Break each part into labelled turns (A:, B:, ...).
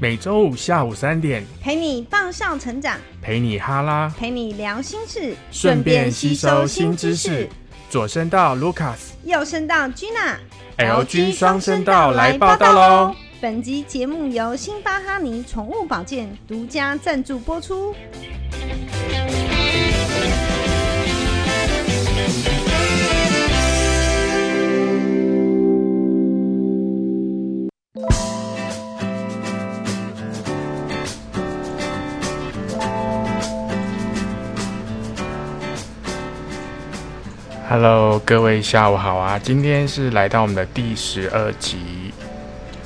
A: 每周五下午三点，
B: 陪你棒上成长，
A: 陪你哈拉，
B: 陪你聊心事，
A: 顺便吸收新知识。左声道 Lucas，
B: 右声道 Gina。
A: LG 双声道来报道喽！
B: 本集节目由辛巴哈尼宠物保健独家赞助播出。
A: Hello，各位下午好啊！今天是来到我们的第十二集，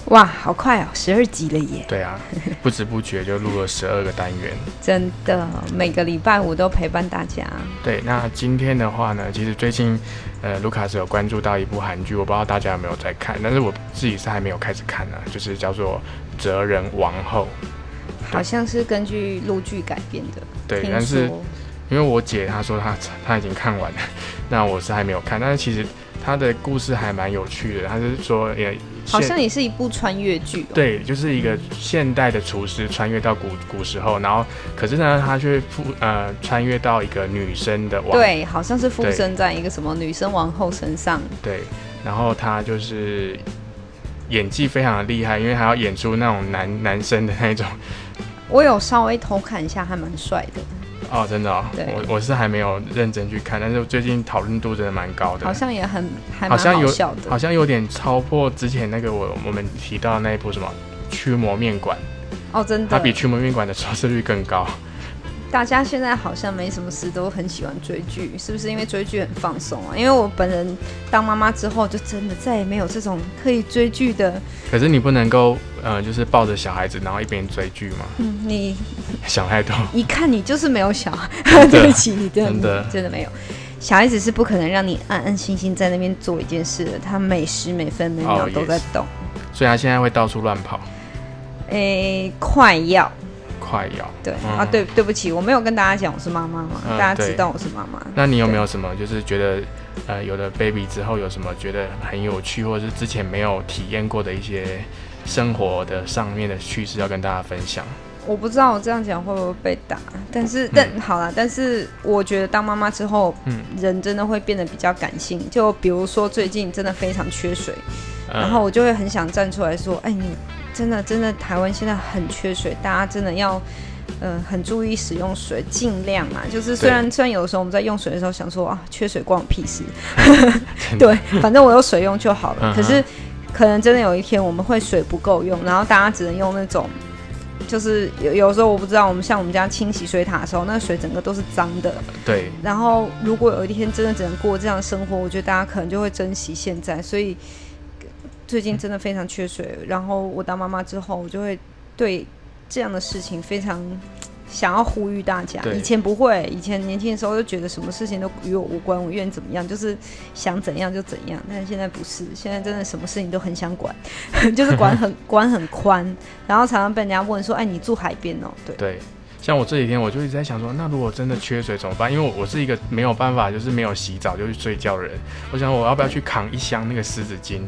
B: 哇，好快哦，十二集了耶！
A: 对 啊，不知不觉就录了十二个单元。
B: 真的，每个礼拜五都陪伴大家。
A: 对，那今天的话呢，其实最近呃，卢卡斯有关注到一部韩剧，我不知道大家有没有在看，但是我自己是还没有开始看呢、就是叫做《哲人王后》。
B: 好像是根据陆剧改编的，
A: 对，
B: 听
A: 但是
B: 说
A: 因为我姐她说她她已经看完了， 那我是还没有看，但是其实她的故事还蛮有趣的，她是说也
B: 好像也是一部穿越剧、哦。
A: 对，就是一个现代的厨师穿越到古古时候，然后可是呢，他却附呃穿越到一个女生的王
B: 对，好像是附身在一个什么女生王后身上。
A: 对然后他就是演技非常的厉害，因为还要演出那种男男生的那种
B: 我有稍微偷看一下，还蛮帅的，
A: 哦，真的哦
B: 对，
A: 我我是还没有认真去看，但是最近讨论度真的蛮高的，
B: 好像也很还
A: 好
B: 蛮
A: 像有
B: 笑的。
A: 好像有点超破之前那个我我们提到那一部什么驱魔面馆，
B: 哦，真
A: 它
B: 的
A: 比，驱魔面馆的收视率更高。
B: 大家现在好像没什么事都很喜欢追剧，是不是因为追剧很放松啊？因为我本人当妈妈之后，就真的再也没有这种可以追剧的。
A: 可是你不能够，呃，就是抱着小孩子，然后一边追剧嘛，
B: 嗯，你
A: 想太多。
B: 一看你就是没有小孩，
A: 的
B: 对不起，你真的
A: 真的
B: 真的没有。小孩子是不可能让你安安心心在那边做一件事的，他每时每分每秒
A: 哦
B: 都在动。
A: 所以他现在会到处乱跑，
B: 诶、快要
A: 快要。
B: 对、
A: 嗯
B: 啊，对，对不起，我没有跟大家讲我是妈妈嘛，
A: 嗯
B: 大家
A: 对
B: 知道我是妈妈。
A: 那你有没有什么就是觉得，呃，有了 baby 之后有什么觉得很有趣，或者是之前没有体验过的一些生活的上面的趣事要跟大家分享？
B: 我不知道我这样讲会不会被打，但是但、好啦，但是我觉得当妈妈之后，
A: 嗯
B: 人真的会变得比较感性。就比如说最近真的非常缺水，
A: 嗯
B: 然后我就会很想站出来说：“哎、你真的真的台湾现在很缺水，大家真的要。”呃，很注意使用水，尽量嘛。就是虽然虽然有的时候我们在用水的时候想说啊，缺水关我屁事，对，反正我有水用就好了。
A: 嗯哼
B: 可是可能真的有一天我们会水不够用，然后大家只能用那种，就是有有时候我不知道，我们像我们家清洗水塔的时候，那水整个都是脏的。
A: 对，
B: 然后如果有一天真的只能过这样的生活，我觉得大家可能就会珍惜现在。所以最近真的非常缺水，然后我当妈妈之后，我就会对这样的事情非常。想要呼吁大家，
A: 对
B: 以前不会，以前年轻的时候就觉得什么事情都与我无关，我愿意怎么样，就是想怎样就怎样。但是现在不是，现在真的什么事情都很想管， 就是管很管很宽，然后常常被人家问说：“哎，你住海边哦？”对，
A: 对，像我这几天我就一直在想说，那如果真的缺水怎么办？因为我我是一个没有办法，就是没有洗澡就去睡觉的人。我想我要不要去扛一箱那个湿纸巾？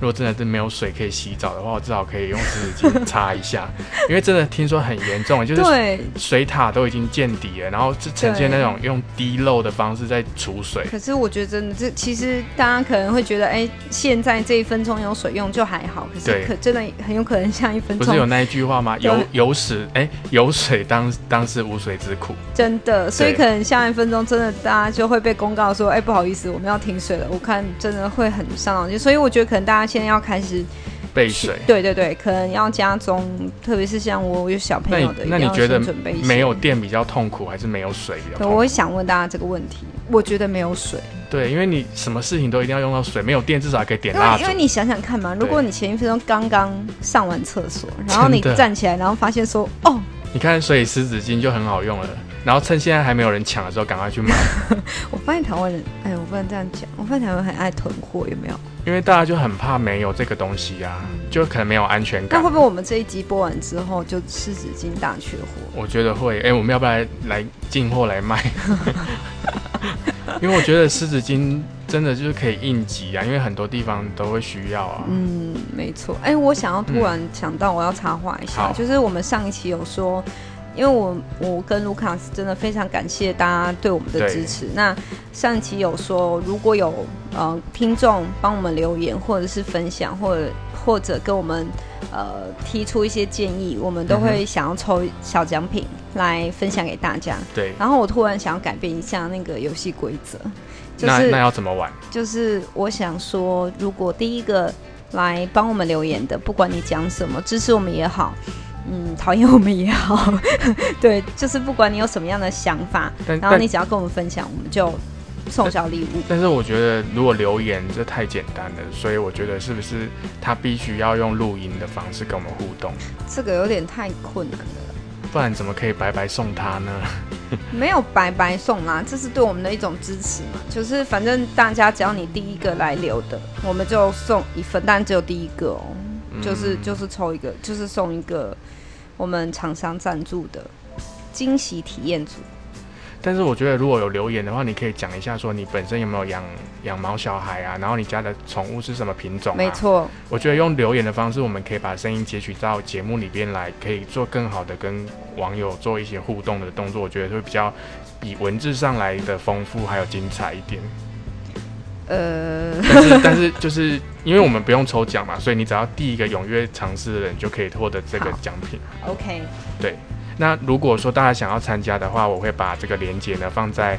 A: 如果真的是没有水可以洗澡的话，我至少可以用湿纸巾擦一下，因为真的听说很严重，就是
B: 对，
A: 水塔都已经见底了，然后是呈现那种用滴漏的方式在储水。
B: 可是我觉得真的，这其实大家可能会觉得，哎、现在这一分钟有水用就还好，可是
A: 对
B: 可真的很有可能下一分
A: 不是有
B: 钟
A: 那一句话吗？
B: 对
A: 有有屎，哎、有水当当是无水之苦。
B: 真的，所以
A: 对
B: 可能下一分钟真的大家就会被公告说，哎、不好意思，我们要停水了。我看真的会很伤脑筋，所以我觉得可能大家现在要开始
A: 备
B: 去
A: 水，
B: 对对对，可能要加中，特别是像我我有小
A: 那
B: 朋
A: 你
B: 友
A: 那
B: 的，一定
A: 你
B: 要
A: 觉得
B: 先准备一些
A: 没有？电比较痛苦，还是没有水比较
B: 对，
A: 痛
B: 我
A: 苦？
B: 会想问大家这个问题，我觉得没有水。
A: 对，因为你什么事情都一定要用到水，没有电至少还可以点
B: 因
A: 蜡
B: 为
A: 烛
B: 因为。你想想看嘛，如果你前一分钟刚刚上完厕所，然后你
A: 真的
B: 站起来，然后发现说，哦，
A: 你看，所以湿纸巾就很好用了。然后趁现在还没有人抢的时候，赶快 去买，
B: 我发现台湾人，哎，我不能这样讲，我发现台湾人很爱囤货，有没有？
A: 因为大家就很怕没有这个东西啊，就可能没有安全
B: 那
A: 感
B: 会。不会我们这一集播完之后，就湿纸巾大缺货？
A: 我觉得会，哎、我们要 不要来来进货来卖？因为我觉得湿纸巾真的就是可以应急啊，因为很多地方都会需要啊。
B: 嗯，没错。哎、我想要突然想到，我要插话一下，
A: 嗯好
B: 就是我们上一期有说，因为我我跟卢卡斯真的非常感谢大家对我们的
A: 对
B: 支持。那上一期有说，如果有呃听众帮我们留言，或者是分享，或者或者跟我们呃提出一些建议，我们都
A: 嗯
B: 会想要抽小奖品来分享给大家。
A: 对，
B: 然后我突然想要改变一下那个游戏规则，就
A: 那
B: 是
A: 那要怎么玩？
B: 就是我想说，如果第一个来帮我们留言的，不管你讲什么，支持我们也好，嗯，讨厌我们也好， 对，就是不管你有什么样的想法，
A: 但
B: 然后
A: 但
B: 你只要跟我们分享，我们就送小礼物。
A: 但是我觉得如果留言这太简单了，所以我觉得是不是他必须要用录音的方式跟我们互动，
B: 这个有点太困难了，
A: 不然怎么可以白白送他呢？
B: 没有白白送啦，这是对我们的一种支持嘛。就是反正大家只要你第一个来留的，我们就送一份，但只有第一个哦，
A: 嗯
B: 就是就是抽一个，就是送一个我们厂商赞助的惊喜体验组。
A: 但是我觉得如果有留言的话，你可以讲一下说你本身有没有养养毛小孩啊，然后你家的宠物是什么品种、啊？
B: 没，错，
A: 我觉得用留言的方式，我们可以把声音截取到节目里边来，可以做更好的跟网友做一些互动的动作，我觉得会比较比文字上来的丰富还有精彩一点。
B: 呃，
A: 但是 但是就是因为我们不用抽奖嘛，所以你只要第一个踊跃尝试的人就可以获得这个
B: 好
A: 奖品。
B: OK，
A: 那如果说大家想要参加的话，我会把这个链接呢放在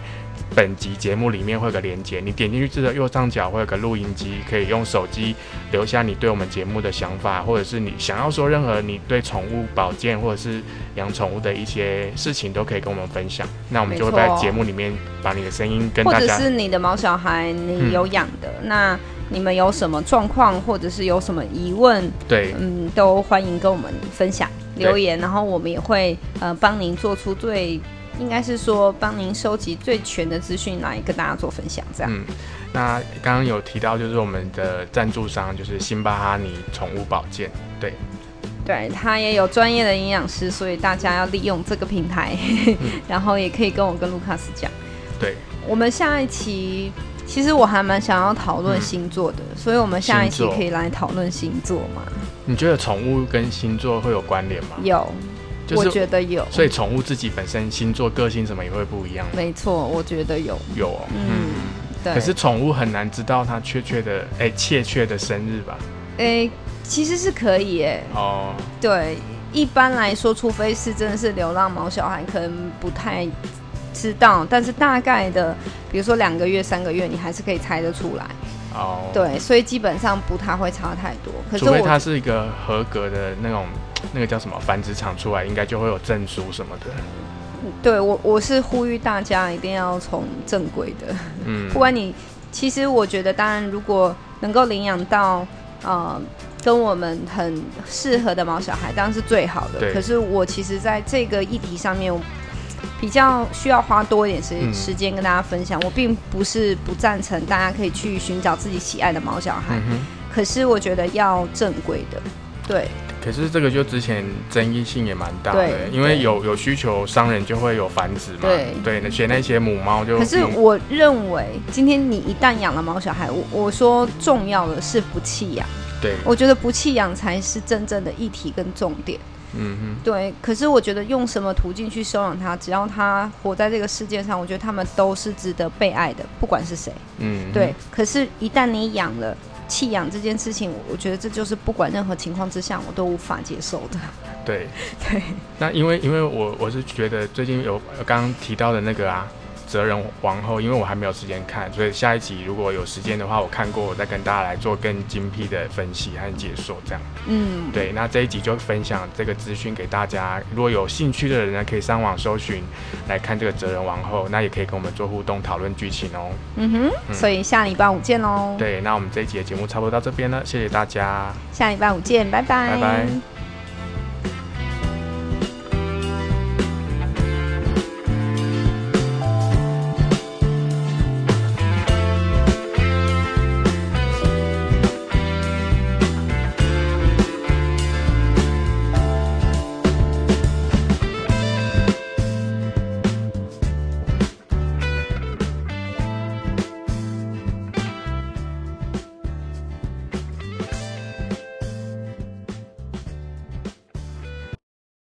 A: 本集节目里面会有个链接，你点进去之后右上角会有个录音机，可以用手机留下你对我们节目的想法，或者是你想要说任何你对宠物保健或者是养宠物的一些事情都可以跟我们分享。那我们就会
B: 没错
A: 在
B: 哦
A: 节目里面把你的声音跟
B: 或
A: 大
B: 者
A: 家
B: 是你的毛小孩，你
A: 嗯
B: 有养的，那你们有什么状况，或者是有什么疑问，
A: 对
B: 嗯，都欢迎跟我们分享
A: 对
B: 留言，然后我们也会呃帮您做出最，应该是说帮您收集最全的资讯来跟大家做分享，这样。
A: 嗯，那刚刚有提到就是我们的赞助商就是辛巴哈尼宠物保健，对，嗯
B: 对他也有专业的营养师，所以大家要利用这个平 台，然后也可以跟我跟卢卡斯讲。
A: 对，
B: 我们下一期其实我还蛮想要讨论
A: 嗯
B: 星座的，所以我们下一期
A: 星座
B: 可以来讨论星座嘛？
A: 你觉得宠物跟星座会有关联吗？
B: 有，
A: 就是
B: 我觉得有，
A: 所以宠物自己本身星座、个性什么也会不一样。
B: 没错，我觉得有，
A: 有哦，
B: 嗯
A: 嗯。
B: 对。
A: 可是宠物很难知道它确切的，哎、确切的生日吧？
B: 诶、其实是可以诶、
A: 哦，
B: 对，一般来说，除非是真的是流浪毛小孩，可能不太知道，但是大概的，比如说两个月、三个月，你还是可以猜得出来。
A: 哦，，
B: 对，所以基本上不太会差太多。可是
A: 除非
B: 我
A: 它是一个合格的那种，那个叫什么繁殖场出来，应该就会有证书什么的。
B: 对我我是呼吁大家一定要从正规的，
A: 嗯，
B: 不管你其实我觉得，当然如果能够领养到呃跟我们很适合的毛小孩，当然是最好的。
A: 对
B: 可是我其实在这个议题上面。我比较需要花多一点时
A: 嗯
B: 时间跟大家分享，我并不是不赞成大家可以去寻找自己喜爱的毛小孩，
A: 嗯哼。
B: 可是我觉得要正规的，对，
A: 可是这个就之前争议性也蛮大的，
B: 对
A: 因为有有需求，商人就会有繁殖嘛。
B: 对
A: 对，选那些母猫就。
B: 可是
A: 嗯
B: 我认为，今天你一旦养了毛小孩，我我说重要的是不弃养，
A: 对，
B: 我觉得不弃养才是真正的议题跟重点。
A: 嗯
B: 对，可是我觉得用什么途径去收养它，只要它活在这个世界上，我觉得它们都是值得被爱的，不管是谁。
A: 哼，嗯，
B: 对，，可是，一旦你养了。弃养这件事情，我觉得这就是不管任何情况之下，我都无法接受的。
A: 对，
B: 对，
A: 那因为因为我我是觉得最近有呃刚刚提到的那个啊，《哲人王后》，因为我还没有时间看，所以下一集如果有时间的话，我看过，我再跟大家来做更精辟的分析和解说。这样，
B: 嗯，
A: 对，那这一集就分享这个资讯给大家。如果有兴趣的人呢，可以上网搜寻来看这个《哲人王后》，那也可以跟我们做互动讨论剧情哦。
B: 嗯哼，所以下礼拜五见喽。
A: 对，那我们这一集的节目差不多到这边了，谢谢大家。
B: 下礼拜五见，拜拜。
A: 拜拜